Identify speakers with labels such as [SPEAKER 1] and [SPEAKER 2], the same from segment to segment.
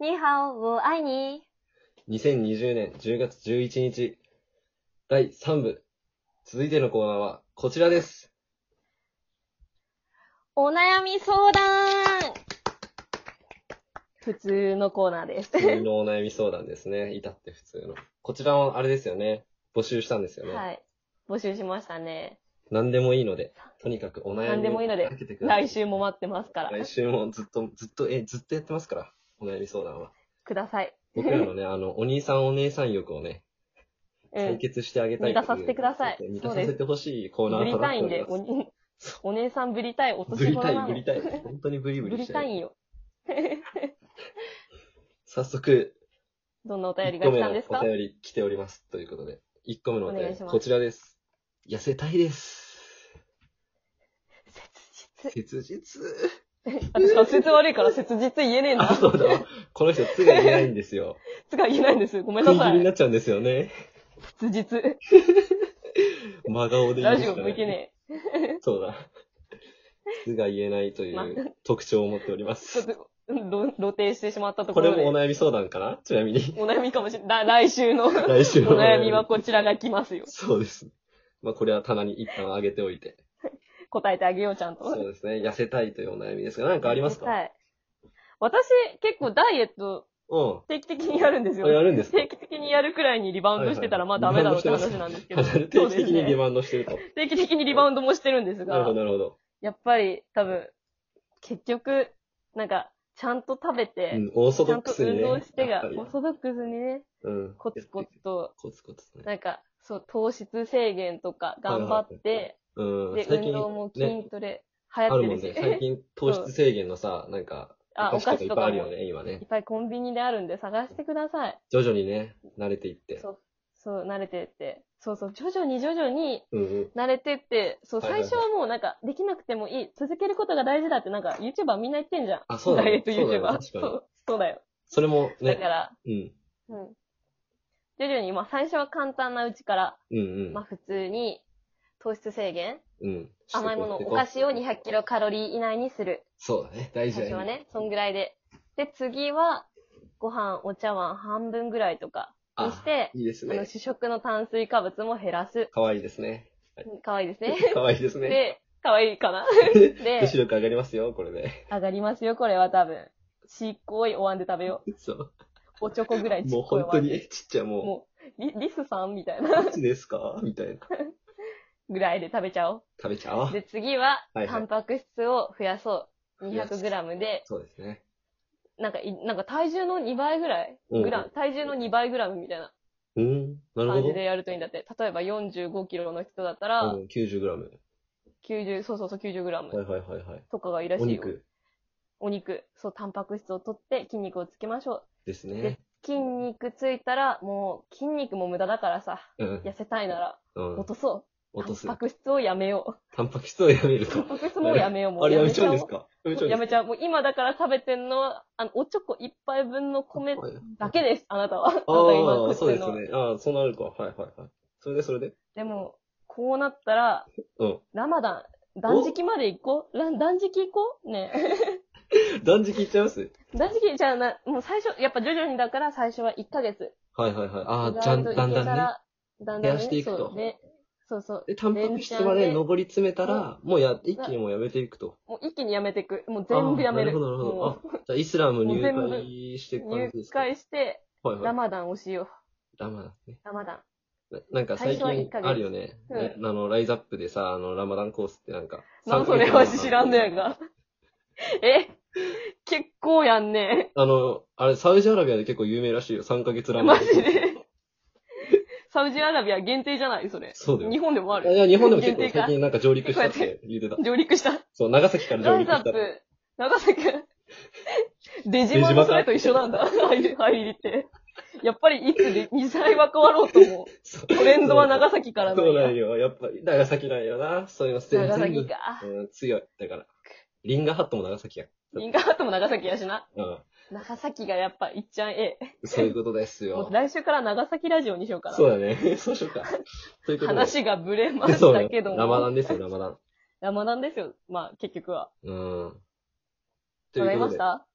[SPEAKER 1] ニーハオを愛に。
[SPEAKER 2] 2020年10月11日、第3部。続いてのコーナーはこちらです。
[SPEAKER 1] お悩み相談普通のコーナーです。
[SPEAKER 2] 普通のお悩み相談で すね。至って普通の。こちらはあれですよね。募集したんですよね。
[SPEAKER 1] はい。募集しましたね。
[SPEAKER 2] 何でもいいので、とにかくお悩みを
[SPEAKER 1] 何でもいいので
[SPEAKER 2] かけてください
[SPEAKER 1] 来週も待ってますから。
[SPEAKER 2] 来週もずっと、ずっと、え、ずっとやってますから。お悩み相談は。
[SPEAKER 1] ください。
[SPEAKER 2] 僕らのね、あの、お兄さんお姉さん欲をね、
[SPEAKER 1] う
[SPEAKER 2] 解
[SPEAKER 1] ん。
[SPEAKER 2] 決してあげたいとい
[SPEAKER 1] 満たさせてください
[SPEAKER 2] 満たさせてほしいコーナ
[SPEAKER 1] ぶ
[SPEAKER 2] ーと
[SPEAKER 1] り
[SPEAKER 2] なったて
[SPEAKER 1] いん
[SPEAKER 2] おり
[SPEAKER 1] で、
[SPEAKER 2] ま
[SPEAKER 1] お
[SPEAKER 2] す。
[SPEAKER 1] にお姉さんぶりたいお
[SPEAKER 2] ぶ
[SPEAKER 1] 年
[SPEAKER 2] り
[SPEAKER 1] 頃
[SPEAKER 2] たい
[SPEAKER 1] な、の。
[SPEAKER 2] ぶりたい。本当にブリブ
[SPEAKER 1] ぶ
[SPEAKER 2] リ
[SPEAKER 1] り
[SPEAKER 2] して
[SPEAKER 1] たいん
[SPEAKER 2] る。
[SPEAKER 1] よ。
[SPEAKER 2] 早速、
[SPEAKER 1] どんなお便り
[SPEAKER 2] 1
[SPEAKER 1] が
[SPEAKER 2] 個
[SPEAKER 1] 来
[SPEAKER 2] 目
[SPEAKER 1] たん
[SPEAKER 2] の
[SPEAKER 1] ですか
[SPEAKER 2] お便り来ております。ということで、1個目のお
[SPEAKER 1] お
[SPEAKER 2] 便
[SPEAKER 1] 願い
[SPEAKER 2] り
[SPEAKER 1] し、ます
[SPEAKER 2] こちらです。痩せたいです。
[SPEAKER 1] 切
[SPEAKER 2] 切 実。
[SPEAKER 1] 実。私滑舌悪いから切実言えねえな
[SPEAKER 2] あ、。そうだわ。この人、つが言えないんですよ。
[SPEAKER 1] つか言えないんです。 ごめんな
[SPEAKER 2] 食
[SPEAKER 1] い
[SPEAKER 2] 気
[SPEAKER 1] さ。
[SPEAKER 2] 味にないっちゃうんですよね。
[SPEAKER 1] 切実。
[SPEAKER 2] 真顔で言い
[SPEAKER 1] ラ
[SPEAKER 2] ま
[SPEAKER 1] ジオ
[SPEAKER 2] した
[SPEAKER 1] 向いて
[SPEAKER 2] ね。
[SPEAKER 1] ねえ。
[SPEAKER 2] そうだ。つが言えないとい
[SPEAKER 1] まあ
[SPEAKER 2] う特徴を持っておりま
[SPEAKER 1] ちょっ
[SPEAKER 2] す。
[SPEAKER 1] と、ろ露呈してしまったと
[SPEAKER 2] こ
[SPEAKER 1] こ
[SPEAKER 2] れ
[SPEAKER 1] ろで。
[SPEAKER 2] もお悩み相談かなちなみに。
[SPEAKER 1] お悩みかもしれない。来週のお
[SPEAKER 2] 来週の
[SPEAKER 1] 悩みはこちらが来ますよ。
[SPEAKER 2] そうです。まあ、これは棚に一旦上げておいて。
[SPEAKER 1] 答えてあげよう、ちゃんと。
[SPEAKER 2] そうですね。痩せたいというお悩みですが、なんかありますか
[SPEAKER 1] はい。私、結構ダイエット
[SPEAKER 2] うん。
[SPEAKER 1] 定期的にやるんですよ。
[SPEAKER 2] あやるんですか
[SPEAKER 1] 定期的にやるくらいにリバウンドしてたら、まあダメだろうって話なんですけど。
[SPEAKER 2] 定
[SPEAKER 1] そうです
[SPEAKER 2] 期的にリ
[SPEAKER 1] ね。
[SPEAKER 2] バウンドしてると。
[SPEAKER 1] 定期的にリバウンドもしてるんです
[SPEAKER 2] なるほ
[SPEAKER 1] が
[SPEAKER 2] ど、、なるほど。
[SPEAKER 1] やっぱり多分、結局、なんか、ちゃんと食べ
[SPEAKER 2] う
[SPEAKER 1] て、
[SPEAKER 2] ん、オーソ
[SPEAKER 1] ち
[SPEAKER 2] ド
[SPEAKER 1] ゃ
[SPEAKER 2] ッ
[SPEAKER 1] ん
[SPEAKER 2] ク
[SPEAKER 1] と
[SPEAKER 2] スに
[SPEAKER 1] 運
[SPEAKER 2] ね。
[SPEAKER 1] 動して
[SPEAKER 2] やっ
[SPEAKER 1] が
[SPEAKER 2] ぱ、り
[SPEAKER 1] オーソドックスにね、
[SPEAKER 2] うん。
[SPEAKER 1] コツコツと、
[SPEAKER 2] コツコツね。
[SPEAKER 1] なんか、そう、糖質制限とか頑張って、
[SPEAKER 2] うん。
[SPEAKER 1] で、運動も
[SPEAKER 2] ね、
[SPEAKER 1] 筋トレ
[SPEAKER 2] あ
[SPEAKER 1] 流行
[SPEAKER 2] るも
[SPEAKER 1] っ
[SPEAKER 2] ん
[SPEAKER 1] て
[SPEAKER 2] ね。
[SPEAKER 1] るし、
[SPEAKER 2] 最近糖質制限のさ、なんか、
[SPEAKER 1] あ
[SPEAKER 2] お菓子とかいっぱいあるよ
[SPEAKER 1] お菓
[SPEAKER 2] ね、今ね
[SPEAKER 1] いっ。ぱいコンビニであるんで探してください。
[SPEAKER 2] 徐々にね、慣れていって。
[SPEAKER 1] そう、そう、慣れてって。そうそう、徐々に徐々に
[SPEAKER 2] うんうん。
[SPEAKER 1] 慣れてって、そう、
[SPEAKER 2] はいはい
[SPEAKER 1] 最
[SPEAKER 2] はい
[SPEAKER 1] 初はもうなんか、できなくてもいい、続けることが大事だってなんか、YouTuber みんな言ってんじゃん。
[SPEAKER 2] あそうだね
[SPEAKER 1] ダイエット
[SPEAKER 2] そうだね
[SPEAKER 1] YouTuber。
[SPEAKER 2] 確か
[SPEAKER 1] そ
[SPEAKER 2] に
[SPEAKER 1] う、そうだよ。
[SPEAKER 2] それも
[SPEAKER 1] だ
[SPEAKER 2] ね
[SPEAKER 1] か、ら、
[SPEAKER 2] うん。
[SPEAKER 1] うん。徐々に、まあ最初は簡単なうちから、
[SPEAKER 2] うん
[SPEAKER 1] まあ普通に、糖質制限
[SPEAKER 2] うん。うん。
[SPEAKER 1] 甘いもの、
[SPEAKER 2] して
[SPEAKER 1] お
[SPEAKER 2] こう
[SPEAKER 1] 菓子を200キロカロリー以内にする。
[SPEAKER 2] そうだね、大事
[SPEAKER 1] 最
[SPEAKER 2] だ
[SPEAKER 1] 初
[SPEAKER 2] よ
[SPEAKER 1] は。ね、そんぐらいで。で、次は、ご飯、お茶碗半分ぐらいとかにし
[SPEAKER 2] あ、
[SPEAKER 1] て、
[SPEAKER 2] いいです
[SPEAKER 1] あの
[SPEAKER 2] ね。
[SPEAKER 1] 主食の炭水化物も減らす。
[SPEAKER 2] かわいいですね。
[SPEAKER 1] かわいいですね。
[SPEAKER 2] かわいいですね。
[SPEAKER 1] で、かわいいか な
[SPEAKER 2] 女
[SPEAKER 1] で
[SPEAKER 2] 子、力上がりますよ、これで。
[SPEAKER 1] 上がりますよ、これは多分。ちっこいお椀で食べよう。
[SPEAKER 2] そう。
[SPEAKER 1] おちょこぐらいち
[SPEAKER 2] もう
[SPEAKER 1] っこい
[SPEAKER 2] 本
[SPEAKER 1] お
[SPEAKER 2] 当
[SPEAKER 1] 椀
[SPEAKER 2] に、
[SPEAKER 1] で。
[SPEAKER 2] ちっちゃいも、
[SPEAKER 1] もう、リリスさんみたいうな
[SPEAKER 2] いつですかみたいな。
[SPEAKER 1] ぐらいで食べちゃお
[SPEAKER 2] 食べちゃお
[SPEAKER 1] う。
[SPEAKER 2] う。
[SPEAKER 1] で、次は、
[SPEAKER 2] はいはい
[SPEAKER 1] タンパク質を増やそう。
[SPEAKER 2] 増やす
[SPEAKER 1] 200g で、
[SPEAKER 2] そうですね。
[SPEAKER 1] なんかい、なんか体重の2倍ぐらい
[SPEAKER 2] うん
[SPEAKER 1] グラム、体重の2倍グラムみたいな
[SPEAKER 2] うん、なるほ
[SPEAKER 1] 感
[SPEAKER 2] ど
[SPEAKER 1] じ。でやるといいんだって。例えば45キロの人だったら
[SPEAKER 2] う、ん、90g。
[SPEAKER 1] 90、そうそうそう90グラ
[SPEAKER 2] は
[SPEAKER 1] ム
[SPEAKER 2] いはいはいはい。
[SPEAKER 1] とかがいいらし
[SPEAKER 2] お
[SPEAKER 1] いよ。
[SPEAKER 2] 肉
[SPEAKER 1] お肉。そう、タンパク質を取って筋肉をつけましょう。
[SPEAKER 2] ですね
[SPEAKER 1] で。筋肉ついたら、もう筋肉も無駄だからさ、
[SPEAKER 2] うん。
[SPEAKER 1] 痩せたいなら
[SPEAKER 2] うん
[SPEAKER 1] 落とそ
[SPEAKER 2] 落と
[SPEAKER 1] う。
[SPEAKER 2] す
[SPEAKER 1] タン。パク質をやめよ
[SPEAKER 2] タンパク質をやめる
[SPEAKER 1] う。タン
[SPEAKER 2] と。
[SPEAKER 1] パク質もうやめよう。も
[SPEAKER 2] あ
[SPEAKER 1] う
[SPEAKER 2] れ
[SPEAKER 1] や
[SPEAKER 2] や
[SPEAKER 1] め
[SPEAKER 2] めち
[SPEAKER 1] ち
[SPEAKER 2] ゃ
[SPEAKER 1] ゃお
[SPEAKER 2] うんです
[SPEAKER 1] う。
[SPEAKER 2] かやめちゃ
[SPEAKER 1] もう
[SPEAKER 2] う
[SPEAKER 1] ん
[SPEAKER 2] で
[SPEAKER 1] やめちゃう。もう
[SPEAKER 2] すか
[SPEAKER 1] 今だから食べてんのは、あの、おちょこ一杯分の米だけです、あなたは。あなた
[SPEAKER 2] あ
[SPEAKER 1] が今食っ
[SPEAKER 2] あ、
[SPEAKER 1] て
[SPEAKER 2] そうで
[SPEAKER 1] んの
[SPEAKER 2] す
[SPEAKER 1] は。
[SPEAKER 2] ね。ああ、そうなるか。はいはいはい。それでそれで。
[SPEAKER 1] でも、こうなったら、
[SPEAKER 2] うん。
[SPEAKER 1] ラマダン、断食まで行こうラン断食行こうね え
[SPEAKER 2] 断食いっちゃいます
[SPEAKER 1] 断食、じゃあな、もう最初、やっぱ徐々にだから最初は1ヶ月。
[SPEAKER 2] はいはいはい。ああ、
[SPEAKER 1] 意
[SPEAKER 2] じゃ
[SPEAKER 1] 外
[SPEAKER 2] ん、
[SPEAKER 1] とい
[SPEAKER 2] だん
[SPEAKER 1] け
[SPEAKER 2] だん
[SPEAKER 1] た
[SPEAKER 2] ね。
[SPEAKER 1] らだんだんね。
[SPEAKER 2] 減らしていくと
[SPEAKER 1] そうねそうそう。
[SPEAKER 2] で、タンパク質まで上り詰めたら、もうや、一気にもうやめていくと。
[SPEAKER 1] もう一気にやめていく。もう全部やめる。
[SPEAKER 2] あーなるほど、なる
[SPEAKER 1] も
[SPEAKER 2] ほど。あ、じゃあイスラム入
[SPEAKER 1] もう
[SPEAKER 2] 会していく
[SPEAKER 1] う
[SPEAKER 2] 感
[SPEAKER 1] 入
[SPEAKER 2] じですか
[SPEAKER 1] 会して、
[SPEAKER 2] はいは
[SPEAKER 1] ラ
[SPEAKER 2] い。
[SPEAKER 1] マダンをしよう。
[SPEAKER 2] ラマダンね。
[SPEAKER 1] ラマダン。
[SPEAKER 2] ななんか
[SPEAKER 1] 最
[SPEAKER 2] 最
[SPEAKER 1] 初は一
[SPEAKER 2] 近
[SPEAKER 1] ヶ月
[SPEAKER 2] あるよね。
[SPEAKER 1] うん
[SPEAKER 2] ねあの、ライザップでさ、あの、ラマダンコースってなんか。
[SPEAKER 1] なん
[SPEAKER 2] 三
[SPEAKER 1] そ
[SPEAKER 2] ヶ月
[SPEAKER 1] れわし知らんねんが。 え結構やんね
[SPEAKER 2] あの、あれ、サウジアラビアで結構有名らしいよ。3ヶ月ラマ
[SPEAKER 1] マ
[SPEAKER 2] ダン。
[SPEAKER 1] ジで。サウジアラビア限定じゃないそれ。
[SPEAKER 2] そうだよ。
[SPEAKER 1] 日本でもあ
[SPEAKER 2] い
[SPEAKER 1] る。
[SPEAKER 2] や、日本でも結構
[SPEAKER 1] 限定か
[SPEAKER 2] 最近なんか上陸したって言ってた。
[SPEAKER 1] 上陸した。
[SPEAKER 2] そう、長崎から上
[SPEAKER 1] ライ
[SPEAKER 2] 陸
[SPEAKER 1] ザ
[SPEAKER 2] し
[SPEAKER 1] ッ
[SPEAKER 2] たって。
[SPEAKER 1] プ、長崎、出島のそれと一緒なんだ。 入り入りって。やっぱりいつで、2歳は変わろうとも、
[SPEAKER 2] そう
[SPEAKER 1] トレンドは長崎から
[SPEAKER 2] そう
[SPEAKER 1] な
[SPEAKER 2] なん
[SPEAKER 1] んや
[SPEAKER 2] よ。やっぱり長崎なんよな。そういうの全
[SPEAKER 1] 長
[SPEAKER 2] 部
[SPEAKER 1] 崎か。
[SPEAKER 2] うん、強い。だから。リンガーハットも長崎やん。
[SPEAKER 1] リンガーハットも長崎やしな。
[SPEAKER 2] うん。
[SPEAKER 1] 長崎がやっぱいっちゃんえ
[SPEAKER 2] そういうことです
[SPEAKER 1] え。も
[SPEAKER 2] よ
[SPEAKER 1] う。来週から長崎ラジオにしようから。
[SPEAKER 2] そうだね。 そうしようか。ということで。
[SPEAKER 1] 話がぶれまし
[SPEAKER 2] そうだ
[SPEAKER 1] た
[SPEAKER 2] よ
[SPEAKER 1] けども。
[SPEAKER 2] ラマダンですよ、ラマダン。
[SPEAKER 1] ラマダンですよ。まあ結局は。
[SPEAKER 2] うん。と
[SPEAKER 1] わか
[SPEAKER 2] い
[SPEAKER 1] り
[SPEAKER 2] うこ
[SPEAKER 1] ま
[SPEAKER 2] と
[SPEAKER 1] し
[SPEAKER 2] で、
[SPEAKER 1] た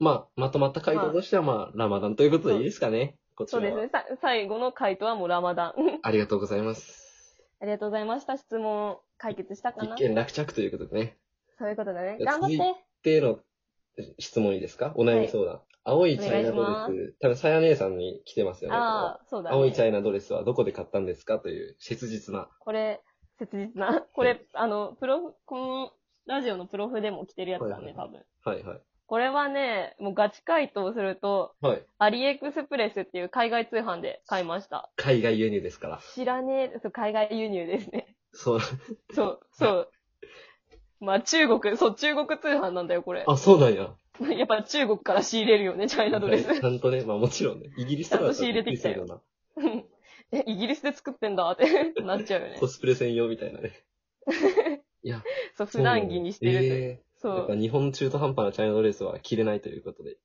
[SPEAKER 2] まあ、まとまった回答としては、まあ、ラマダンということでいいですかね。こち
[SPEAKER 1] そう
[SPEAKER 2] ら
[SPEAKER 1] です
[SPEAKER 2] は。
[SPEAKER 1] ね。さ最後の回答はもうラマダン。
[SPEAKER 2] ありがとうございます。
[SPEAKER 1] ありがとうございました。質問解決したか
[SPEAKER 2] 一
[SPEAKER 1] な
[SPEAKER 2] 件落着ということでね。
[SPEAKER 1] そういうことだね。
[SPEAKER 2] じゃあ
[SPEAKER 1] 頑張って。
[SPEAKER 2] での質問いいですかお悩み相談。青いチャイナ
[SPEAKER 1] お
[SPEAKER 2] ド
[SPEAKER 1] 願いし
[SPEAKER 2] レス。多分、さや姉さんに来てますよね。
[SPEAKER 1] ああ、そうだ、ね。
[SPEAKER 2] 青いチャイナドレスはどこで買ったんですかという切実な。
[SPEAKER 1] これ、切実な。 これ、あの、プロフ、このラジオのプロフでも着てるやつだ
[SPEAKER 2] はい
[SPEAKER 1] ね、
[SPEAKER 2] は
[SPEAKER 1] 多分。
[SPEAKER 2] はいはい。
[SPEAKER 1] これはね、もうガチ回答すると、
[SPEAKER 2] はい。
[SPEAKER 1] アリエクスプレスっていう海外通販で買いました。
[SPEAKER 2] 海外輸入ですから。
[SPEAKER 1] 知らねえ、そう海外輸入ですね。
[SPEAKER 2] そう。
[SPEAKER 1] そう、そう。まあ中国、そう、中国通販なんだよ、これ。
[SPEAKER 2] あ、そうなんや。
[SPEAKER 1] やっぱ中国から仕入れるよね、チャイナドレス
[SPEAKER 2] は。いちゃんとね、まあもちろんね、イギリスとかだった
[SPEAKER 1] ちゃんと
[SPEAKER 2] ら
[SPEAKER 1] 仕入れてきたよ
[SPEAKER 2] びっくりするよ
[SPEAKER 1] え、イギリスで作ってんだって なっちゃうよ
[SPEAKER 2] う
[SPEAKER 1] ね
[SPEAKER 2] な。コ。スプレ専用みたいなね。いや、
[SPEAKER 1] そう、普段着にしてるという。
[SPEAKER 2] え
[SPEAKER 1] そ
[SPEAKER 2] ーやっぱ
[SPEAKER 1] う。
[SPEAKER 2] 日本中途半端なチャイナドレスは着れないということで。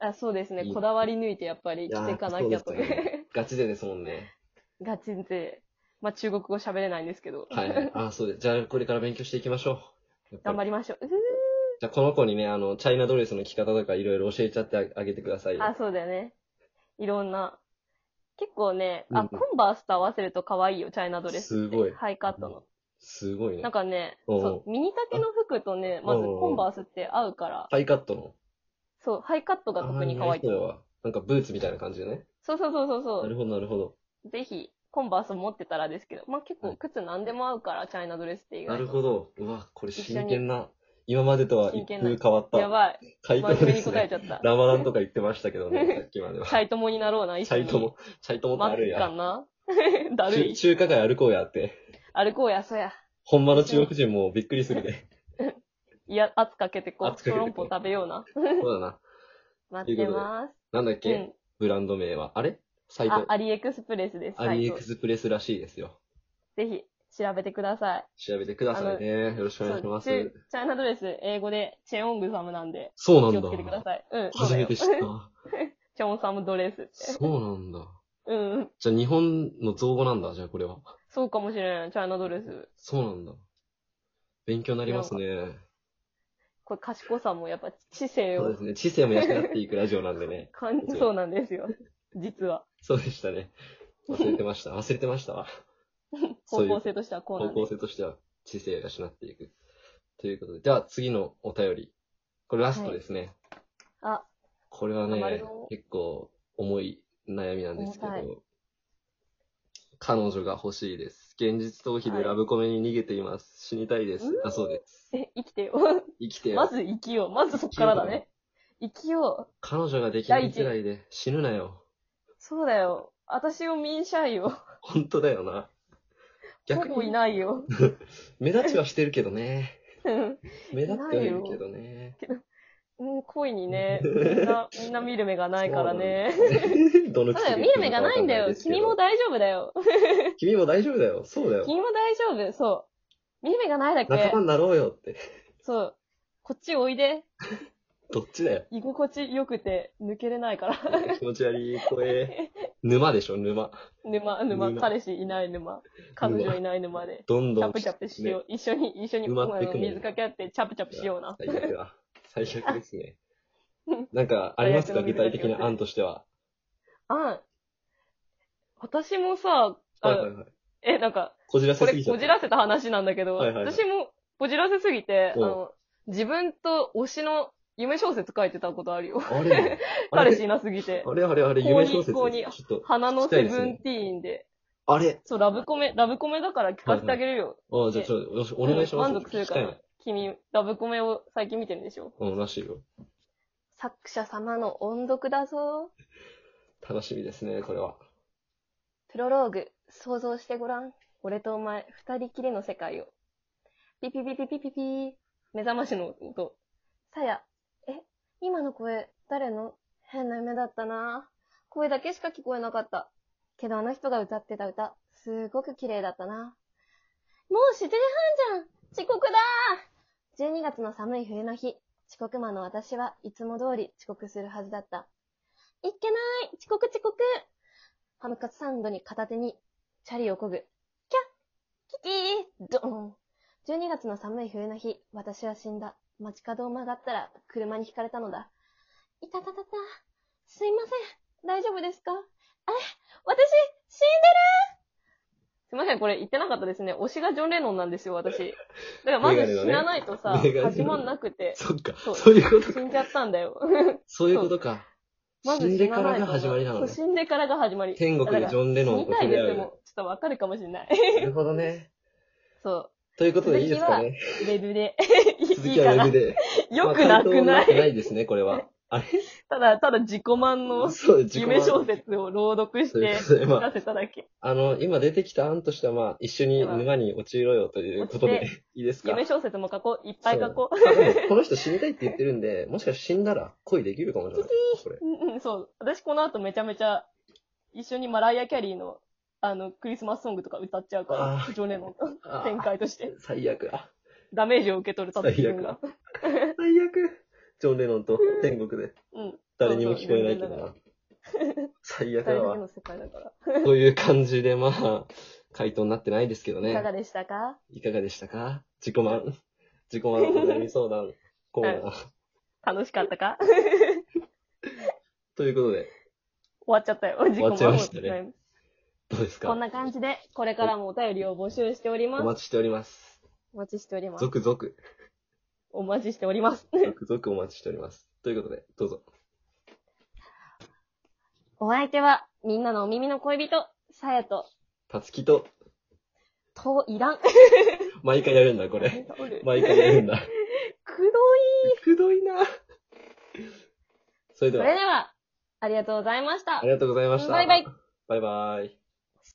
[SPEAKER 1] あ、そうですね。
[SPEAKER 2] いい
[SPEAKER 1] こだわり抜いてやっぱり着ていかなきゃと
[SPEAKER 2] いやーそうですよ
[SPEAKER 1] ね。
[SPEAKER 2] ガチでですもんね。
[SPEAKER 1] ガチで。まあ中国語喋れないんですけど。
[SPEAKER 2] はい はい。あ、そうです。じゃあこれから勉強していきましょう。やっぱ
[SPEAKER 1] 頑
[SPEAKER 2] り
[SPEAKER 1] 張りましょう。う
[SPEAKER 2] じゃあこの子にね、あの、チャイナドレスの着方とかいろいろ教えちゃってあげてください
[SPEAKER 1] ふ
[SPEAKER 2] よ。
[SPEAKER 1] あ、そうだよね。いろんな。結構ね、あ、
[SPEAKER 2] うん
[SPEAKER 1] コンバースと合わせると可愛いよ、チャイナドレスって。
[SPEAKER 2] すごい
[SPEAKER 1] ハイカットの。
[SPEAKER 2] すごいね
[SPEAKER 1] なん。かね、
[SPEAKER 2] おう
[SPEAKER 1] そう、ミニ丈の服とね、まず
[SPEAKER 2] おう
[SPEAKER 1] コンバースって合うから、
[SPEAKER 2] ハイカットの。
[SPEAKER 1] そう、ハイカットが特に可愛い
[SPEAKER 2] あー。なるほどなんかブーツみたいな感じでね。
[SPEAKER 1] そうそうそうそうそ
[SPEAKER 2] なる
[SPEAKER 1] う。
[SPEAKER 2] ほど、なるほど。
[SPEAKER 1] ぜひ、コンバース持ってたらですけど、まあ結
[SPEAKER 2] は
[SPEAKER 1] 構
[SPEAKER 2] い
[SPEAKER 1] 靴何でも合うから、チャイナドレスって意
[SPEAKER 2] な
[SPEAKER 1] 外
[SPEAKER 2] る
[SPEAKER 1] と。
[SPEAKER 2] ほど。うわ、これ
[SPEAKER 1] 一緒に
[SPEAKER 2] 真剣な。今までとは一風変わった。
[SPEAKER 1] やばい。
[SPEAKER 2] 回
[SPEAKER 1] 真面
[SPEAKER 2] 答
[SPEAKER 1] 目
[SPEAKER 2] で
[SPEAKER 1] に
[SPEAKER 2] す
[SPEAKER 1] 答え
[SPEAKER 2] ね。
[SPEAKER 1] ちゃった。
[SPEAKER 2] ラマダンとか言ってましたけどね、さっきまでは。
[SPEAKER 1] チャイ友になろうな、一
[SPEAKER 2] チ
[SPEAKER 1] 緒
[SPEAKER 2] ャ
[SPEAKER 1] に。
[SPEAKER 2] イトも、チャイトもってあ
[SPEAKER 1] 待
[SPEAKER 2] る
[SPEAKER 1] つか
[SPEAKER 2] やん。
[SPEAKER 1] な だる
[SPEAKER 2] 中
[SPEAKER 1] い。
[SPEAKER 2] 中華街歩こうやって。
[SPEAKER 1] 歩こうや、そや。
[SPEAKER 2] ほんまの中国人もびっくりするで。
[SPEAKER 1] いや、圧かけてこう。
[SPEAKER 2] 圧かけ
[SPEAKER 1] ト
[SPEAKER 2] てこう
[SPEAKER 1] ロンポ食べような。
[SPEAKER 2] そうだな。
[SPEAKER 1] 待ってま
[SPEAKER 2] なんだっ
[SPEAKER 1] す。
[SPEAKER 2] け、
[SPEAKER 1] うん。
[SPEAKER 2] ブランド名は。あれサイ
[SPEAKER 1] あ
[SPEAKER 2] ト、。
[SPEAKER 1] アリエクスプレスです。
[SPEAKER 2] アリエ
[SPEAKER 1] サイ
[SPEAKER 2] ク
[SPEAKER 1] ト
[SPEAKER 2] スプレスらしいですよ。
[SPEAKER 1] ぜひ、調べてください。
[SPEAKER 2] 調べてくださいね。よろしくお願いしま
[SPEAKER 1] そうチ
[SPEAKER 2] す。
[SPEAKER 1] ェチャイナドレス、英語でチェオングサムなんで、
[SPEAKER 2] そうな
[SPEAKER 1] 気
[SPEAKER 2] ん
[SPEAKER 1] をつけてくだ
[SPEAKER 2] だ。
[SPEAKER 1] さい。うん。
[SPEAKER 2] 初めて知っ
[SPEAKER 1] そうだよ
[SPEAKER 2] た。
[SPEAKER 1] チェオンサムドレスって。
[SPEAKER 2] そうなんだ。
[SPEAKER 1] うん。
[SPEAKER 2] じゃあ日本の造語なんだ、じゃあこれは。
[SPEAKER 1] そうかもしれない。チャイナドレス。
[SPEAKER 2] そうなんだ。勉強になりますね。
[SPEAKER 1] これ、賢さもやっぱ知性
[SPEAKER 2] そう
[SPEAKER 1] を。
[SPEAKER 2] ですね。知性も養っていくラジオなんでね
[SPEAKER 1] 感じ、そうなんですよ。実は。
[SPEAKER 2] そうでしたね。忘れてました。忘れてましたわ。そ
[SPEAKER 1] 方
[SPEAKER 2] ういう
[SPEAKER 1] 向性としてはこうな
[SPEAKER 2] 方
[SPEAKER 1] んで
[SPEAKER 2] 向
[SPEAKER 1] す。
[SPEAKER 2] 性としては知性を養っていく。ということで。では次のお便り。これラストですね。
[SPEAKER 1] あ、
[SPEAKER 2] これはね
[SPEAKER 1] 余るぞ、
[SPEAKER 2] 結構重い悩みなんですけ
[SPEAKER 1] 重たい
[SPEAKER 2] ど。彼女が欲しいです。現実逃避でラブコメに逃げています。死にたいです
[SPEAKER 1] う。
[SPEAKER 2] だそうです。
[SPEAKER 1] え、生きてよ。
[SPEAKER 2] 生きて
[SPEAKER 1] ま
[SPEAKER 2] よ。
[SPEAKER 1] ず生きよう。まずそっからだね。生きよ
[SPEAKER 2] 彼女ができないくらいで死ぬなよ。
[SPEAKER 1] う。そうだよ。私をミンシャイよ。
[SPEAKER 2] 本当だよな。
[SPEAKER 1] ほ
[SPEAKER 2] 逆
[SPEAKER 1] ぼい
[SPEAKER 2] に、
[SPEAKER 1] ないよ。
[SPEAKER 2] 目立ちはしてるけどね。
[SPEAKER 1] うん
[SPEAKER 2] 目立ってはいるけどね。
[SPEAKER 1] うん、恋に ね、みんな、みんな見る目がないからね。
[SPEAKER 2] どの
[SPEAKER 1] そうだよ、見る目がないんだよ。君も
[SPEAKER 2] だ。
[SPEAKER 1] 大丈夫だよ。
[SPEAKER 2] 君も大丈夫だよ。そうだよ。
[SPEAKER 1] 君も大丈夫、そう。見る目がないだけ
[SPEAKER 2] 仲間。になろうよって。
[SPEAKER 1] そう。こっちおいで。
[SPEAKER 2] どっちだよ。
[SPEAKER 1] 居心地良くて抜けれないから。
[SPEAKER 2] 気持ち悪い声。沼でしょ、沼。
[SPEAKER 1] 沼、沼、
[SPEAKER 2] 沼
[SPEAKER 1] 彼氏いない沼。彼女いない沼で。
[SPEAKER 2] どん
[SPEAKER 1] チ
[SPEAKER 2] ど
[SPEAKER 1] ャ
[SPEAKER 2] ん。
[SPEAKER 1] プチャプしよう。一緒に、一緒に、
[SPEAKER 2] 埋まってく
[SPEAKER 1] あ
[SPEAKER 2] ね
[SPEAKER 1] の水かけ合ってチャプチャプしような。
[SPEAKER 2] 最悪だ。最悪で すね。なんか、ありますか
[SPEAKER 1] 最悪
[SPEAKER 2] 具
[SPEAKER 1] の
[SPEAKER 2] 体的な案としては。
[SPEAKER 1] あん。私もさ、あ
[SPEAKER 2] はいはいはい。
[SPEAKER 1] え、なんか、
[SPEAKER 2] こじら
[SPEAKER 1] こ
[SPEAKER 2] せす
[SPEAKER 1] れ、
[SPEAKER 2] ぎちゃ
[SPEAKER 1] こ
[SPEAKER 2] っ
[SPEAKER 1] じ
[SPEAKER 2] た。
[SPEAKER 1] らせた話なんだけど、
[SPEAKER 2] はいはいはい
[SPEAKER 1] 私も、こじらせすぎて、あ
[SPEAKER 2] うん
[SPEAKER 1] の、自分と推しの夢小説書いてたことあるよ。
[SPEAKER 2] あれあ
[SPEAKER 1] 彼
[SPEAKER 2] れ
[SPEAKER 1] 氏いなすぎて。
[SPEAKER 2] あれあれあれ、
[SPEAKER 1] こう
[SPEAKER 2] 夢
[SPEAKER 1] に
[SPEAKER 2] 小説。ち
[SPEAKER 1] こうに
[SPEAKER 2] ょっと、
[SPEAKER 1] 花の
[SPEAKER 2] 聞きた
[SPEAKER 1] セ
[SPEAKER 2] いです
[SPEAKER 1] ブ
[SPEAKER 2] ね
[SPEAKER 1] ンティーンで。
[SPEAKER 2] あれ
[SPEAKER 1] そう、ラブコメ、ラブコメだから聞かせてあげるよ。
[SPEAKER 2] あじゃあちょっと、よしお願いします。
[SPEAKER 1] 満足するか
[SPEAKER 2] 聞き
[SPEAKER 1] ら
[SPEAKER 2] たい。
[SPEAKER 1] 君、ラブコメを最近見てるんでしょ
[SPEAKER 2] なうん、らしいよ。
[SPEAKER 1] 作者様の音読だぞ。
[SPEAKER 2] 楽しみですね、これは。
[SPEAKER 1] プロローグ、想像してごらん。俺とお前、二人きりの世界を。ピピピピピピピー。目覚ましの音。さや、え、今の声、誰の変な夢だったな。声だけしか聞こえなかった。けどあの人が歌ってた歌、すごく綺麗だったな。もう7時半じゃん遅刻だー !12 月の寒い冬の日、遅刻魔の私はいつも通り遅刻するはずだった。いっけない遅刻遅刻ハムカツサンドに片手に、チャリをこぐ。キャッキキードン !12 月の寒い冬の日、私は死んだ。街角を曲がったら、車にひかれたのだ。いたたたた。すいません。大丈夫ですかあれ私、死んでるすいません、これ言ってなかったですね。推しがジョン・レノンなんですよ、私。だからま
[SPEAKER 2] メガネ
[SPEAKER 1] ず
[SPEAKER 2] の
[SPEAKER 1] 死
[SPEAKER 2] ね
[SPEAKER 1] なないとさ、
[SPEAKER 2] メガネの
[SPEAKER 1] 始まんなくて。
[SPEAKER 2] そっか。
[SPEAKER 1] そう
[SPEAKER 2] そういうこと
[SPEAKER 1] 死んじゃったんだ よ。
[SPEAKER 2] そういうことか。
[SPEAKER 1] ま
[SPEAKER 2] 死
[SPEAKER 1] ず
[SPEAKER 2] ん
[SPEAKER 1] 死
[SPEAKER 2] で
[SPEAKER 1] な
[SPEAKER 2] か
[SPEAKER 1] ない
[SPEAKER 2] ら
[SPEAKER 1] と
[SPEAKER 2] が始まりなの
[SPEAKER 1] そう
[SPEAKER 2] ね。
[SPEAKER 1] 死んでからが始まり。
[SPEAKER 2] 天国でジョン・レノン
[SPEAKER 1] 見
[SPEAKER 2] と
[SPEAKER 1] たい
[SPEAKER 2] 触
[SPEAKER 1] で
[SPEAKER 2] れ
[SPEAKER 1] す、で
[SPEAKER 2] 合う。
[SPEAKER 1] も。ちょっとわかるかもしれない。
[SPEAKER 2] なるほどね。
[SPEAKER 1] そ
[SPEAKER 2] ということでいいですかね。
[SPEAKER 1] う。ウェブで。
[SPEAKER 2] 続
[SPEAKER 1] いい
[SPEAKER 2] き
[SPEAKER 1] か
[SPEAKER 2] はウェ
[SPEAKER 1] な
[SPEAKER 2] ブ。 で。
[SPEAKER 1] よくなく
[SPEAKER 2] ま
[SPEAKER 1] な
[SPEAKER 2] あ回答良くないいですね、これは。あれ
[SPEAKER 1] ただ、ただ自己満の
[SPEAKER 2] そう、自己満
[SPEAKER 1] 夢小説を朗読し
[SPEAKER 2] とい
[SPEAKER 1] て
[SPEAKER 2] うこ、とで、まあ、
[SPEAKER 1] 出せただけ。
[SPEAKER 2] あの、今出てきた案としては、まあ、一緒に沼に陥ろうよということ
[SPEAKER 1] 落
[SPEAKER 2] で、いいですか
[SPEAKER 1] 夢小説も書こう。いっぱい書こう。
[SPEAKER 2] あでもこの人死にたいって言ってるんで、もしかして死んだら恋できるかもしれない。これ。
[SPEAKER 1] うんうん、そう。私この後めちゃめちゃ、一緒にマライア・キャリーの、あの、クリスマスソングとか歌っちゃうか
[SPEAKER 2] あ
[SPEAKER 1] ら、ジョンレノンの
[SPEAKER 2] あ
[SPEAKER 1] 展開として、
[SPEAKER 2] 最悪。あ
[SPEAKER 1] ダメージを受け取るため
[SPEAKER 2] 最悪だ
[SPEAKER 1] が。
[SPEAKER 2] 最悪。ジョン・レノンと天国で
[SPEAKER 1] うん。
[SPEAKER 2] 誰にも聞こえないけど
[SPEAKER 1] そう
[SPEAKER 2] な。最悪だ
[SPEAKER 1] 誰だ
[SPEAKER 2] わ
[SPEAKER 1] け。の世界だから。
[SPEAKER 2] という感じで、まあ、回答になってないですけど
[SPEAKER 1] いか
[SPEAKER 2] ね。
[SPEAKER 1] がでしたか
[SPEAKER 2] いかがでしたか自己満。 自己満お悩み相談コーナー。
[SPEAKER 1] 楽しかったか
[SPEAKER 2] ということで、
[SPEAKER 1] 終わっちゃったよ。時
[SPEAKER 2] 終わっちゃいましたねどうです
[SPEAKER 1] こん
[SPEAKER 2] か
[SPEAKER 1] な感じで、これからもお便りを募集しており
[SPEAKER 2] お
[SPEAKER 1] ます。
[SPEAKER 2] 待ちしております。
[SPEAKER 1] お待ちしております。
[SPEAKER 2] 続々、続
[SPEAKER 1] お待ちしております。
[SPEAKER 2] 々お待ちしております。ということで、どうぞ。
[SPEAKER 1] お相手は、みんなのお耳の恋人、さやと、
[SPEAKER 2] たつきと、
[SPEAKER 1] といらん。
[SPEAKER 2] 毎回やるんだ、これ。
[SPEAKER 1] おる
[SPEAKER 2] 毎回やる んだ。
[SPEAKER 1] くどい。
[SPEAKER 2] くどいな。それで
[SPEAKER 1] そ
[SPEAKER 2] は、
[SPEAKER 1] れでは、ありがとうございました
[SPEAKER 2] あり。がとうございました。
[SPEAKER 1] バイバイ。
[SPEAKER 2] バイバイ。